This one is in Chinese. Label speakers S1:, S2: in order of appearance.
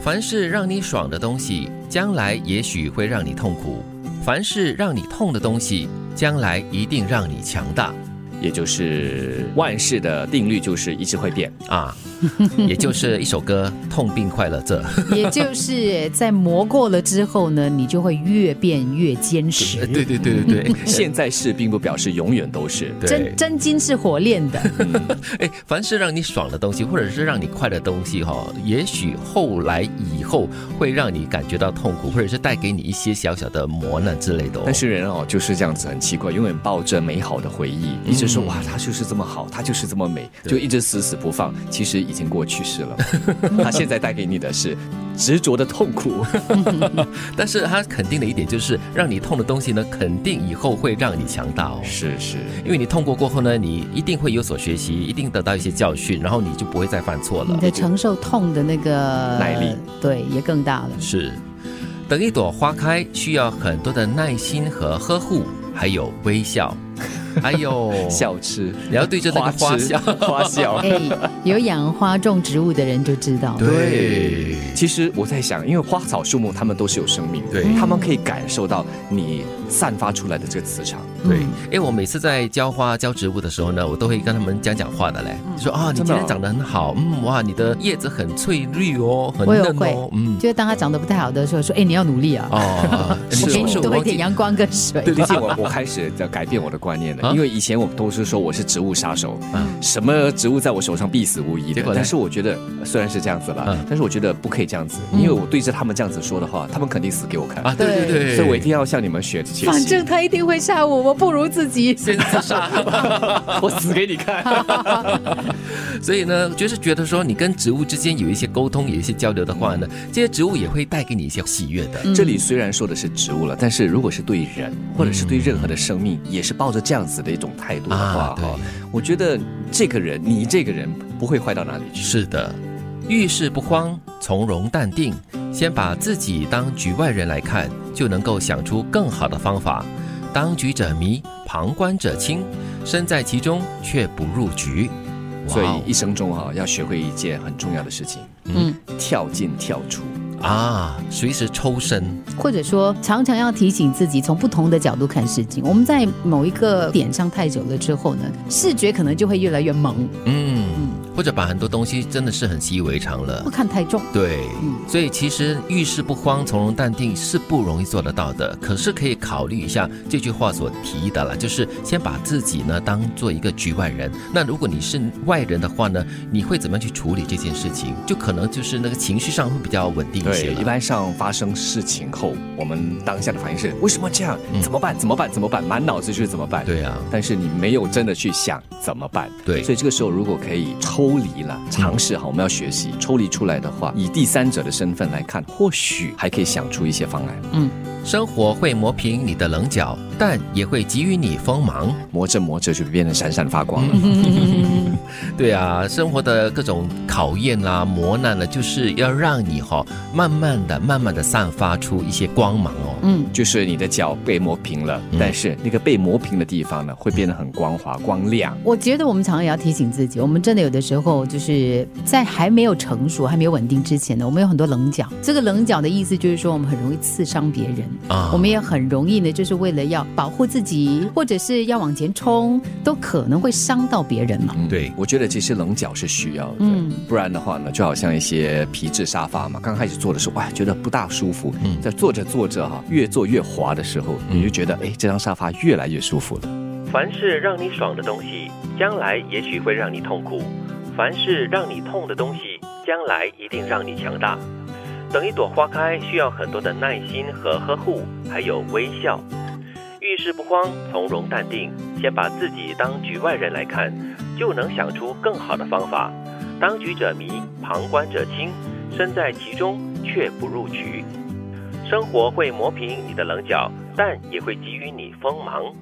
S1: 凡是让你爽的东西，将来也许会让你痛苦；凡是让你痛的东西，将来一定让你强大
S2: 也就是万事的定律就是一直会变。
S1: 啊！也就是一首歌《痛并快乐着》
S3: 也就是在磨过了之后呢，你就会越变越坚
S1: 呃。
S2: 哎
S3: 实。
S1: 对对对对对，
S2: 现在是并不表示永远 都是。 嗯
S3: 真
S1: 对。
S3: 真金是火炼的，
S1: 哎，凡是让你爽的东西，或者是让你快乐的东西，哈，也许后来以后会让你感觉到痛苦，或者是带给你一些小小的磨难之类的、哦。
S2: 但是人哦就是这样子，很奇怪，永远抱着美好的回忆，一直说
S1: 嗯
S2: 哇，它就是这么好，它就是这么美，
S1: 对
S2: 就一直死死不放。其实已经过去式 了，它现在带给你的是执着的痛苦。
S1: 但是它肯定的一点就是，让你痛的东西呢，肯定以后会让你强大哦。
S2: 是是，
S1: 因为你痛过过后呢，你一定会有所学习，一定得到一些教训，然后你就不会再犯错
S3: 你
S1: 了。
S3: 的承受痛的那个
S2: 耐力，
S3: 对，也更大了。
S1: 是，等一朵花开需要很多的耐心和呵护，还有微 笑，还有
S2: 笑痴，
S1: 你要对着那个花
S2: 痴
S1: 笑
S2: 花笑。
S3: 哎，有养花种植物的人就知道，
S1: 对
S2: 其实我在想，因为花草树木它们都是有生命的，
S1: 对
S2: 它们可以感受到你散发出来的这个磁场。
S1: 对，
S3: 嗯
S1: 因为我每次在浇花、浇植物的时候呢，我都会跟他们讲讲话的嘞，
S3: 嗯
S1: 就说啊，你
S2: 真
S1: 今
S2: 的哦
S1: 天长得很好，嗯，哇，你的叶子很翠绿哦，很
S3: 我有
S1: 嫩哦
S3: 会，
S1: 嗯，
S3: 就是当他长得不太好的时候，说：“哎，你要努力啊，
S1: 哦，
S3: 我
S2: 是
S3: 给你
S2: 哦
S3: 多一
S1: 忘
S3: 点
S1: 记
S3: 阳光跟水。
S2: 最近我我开始在改变我的观念
S1: 啊
S2: 了，因为以前我们都是说我是植物杀手
S1: 嗯，
S2: 什么植物在我手上必死无疑
S1: 结
S2: 的
S1: 果。呢
S2: 但是我觉得呃虽然是这样子了
S1: 嗯，
S2: 但是我觉得不可以这样子，因为我对着他们这样子说的话，他们肯定死给我看
S1: 啊，对对
S3: 对
S1: 对，
S2: 所以 我一定要向你们学学
S3: 反
S2: 习
S3: 正，他一定会杀我，我不如自己。
S1: 先自 杀。
S2: 我死给你看。
S1: 所以呢，就是觉得说你跟植物之间有一些沟通，有一些交流的话呢，这些植物也会带给你一些喜悦的。
S2: 这里虽然说的是植物了，但是如果是对人，或者是对任何的生命，也是抱着这样子的一种态度的
S1: 啊
S2: 话，
S1: 对
S2: 哈，我觉得这个人，你这个人不会坏到哪里去。
S1: 是的，遇事不慌，从容淡定，先把自己当局外人来看，就能够想出更好的方法。当局者迷，旁观者清，身在其中却不入局。哇
S2: 所
S1: 哦
S2: 以一生中哈，要学会一件很重要的事情，
S3: 嗯，
S2: 跳进跳出。
S1: 啊，随时抽身，
S3: 或者说，常常要提醒自己，从不同的角度看事情。我们在某一个点上太久了之后呢，视觉可能就会越来越猛，
S1: 嗯，或者把很多东西真的是很习以为常了
S3: 不。看太重。
S1: 对
S3: 嗯，
S1: 所以其实遇事不慌、从容淡定是不容易做得到的。可是可以考虑一下这句话所提的了，就是先把自己呢当做一个局外人。那如果你是外人的话呢，你会怎么样去处理这件事情？就可能就是那个情绪上会比较稳定一些
S2: 对，一
S1: 了。
S2: 般上发生事情后，我们当下的反应是为什么这样？怎么办？怎么办？怎么办？满脑子就是怎么办。
S1: 嗯对啊，
S2: 但是你没有真的去想怎么办。
S1: 对
S2: 所以这个时候如果可以抽离了，尝试哈，我们要学
S1: 嗯
S2: 习抽离出来的话，以第三者的身份来看，或许还可以想出一些方案。
S1: 生活会磨平你的棱角，但也会给予你锋芒。
S2: 磨着磨着就变得闪闪发光
S1: 嗯
S2: 了。
S3: 嗯
S1: 对啊，生活的各种考验啦、磨难呢，就是要让你哈、慢慢的、慢慢的散发出一些光芒哦。
S3: 嗯，
S2: 就是你的脚被磨平了，
S1: 嗯
S2: 但是那个被磨平的地方呢，会变得很光滑、光亮。
S3: 我觉得我们常常也要提醒自己，我们真的有的时候就是在还没有成熟、还没有稳定之前呢，我们有很多棱角。这个棱角的意思就是说，我们很容易刺伤别人，
S1: 啊
S3: 我们也很容易呢，就是为了要保护自己，或者是要往前冲，都可能会伤到别人嘛。
S2: 嗯
S1: 对
S2: 我觉得其实棱角是需要的，
S3: 嗯
S2: 不然的话呢，就好像一些皮质沙发嘛，刚开始坐的时候，哇，觉得不大舒服，
S1: 嗯
S2: 在坐着坐着哈、越坐越滑的时候，你就觉得哎，这张沙发越来越舒服了。
S1: 凡是让你爽的东西，将来也许会让你痛苦；凡是让你痛的东西，将来一定让你强大。等一朵花开，需要很多的耐心和呵护，还有微笑。遇事不慌，从容淡定，先把自己当局外人来看，就能想出更好的方法。当局者迷，旁观者清，身在其中却不入局。生活会磨平你的棱角，但也会给予你锋芒。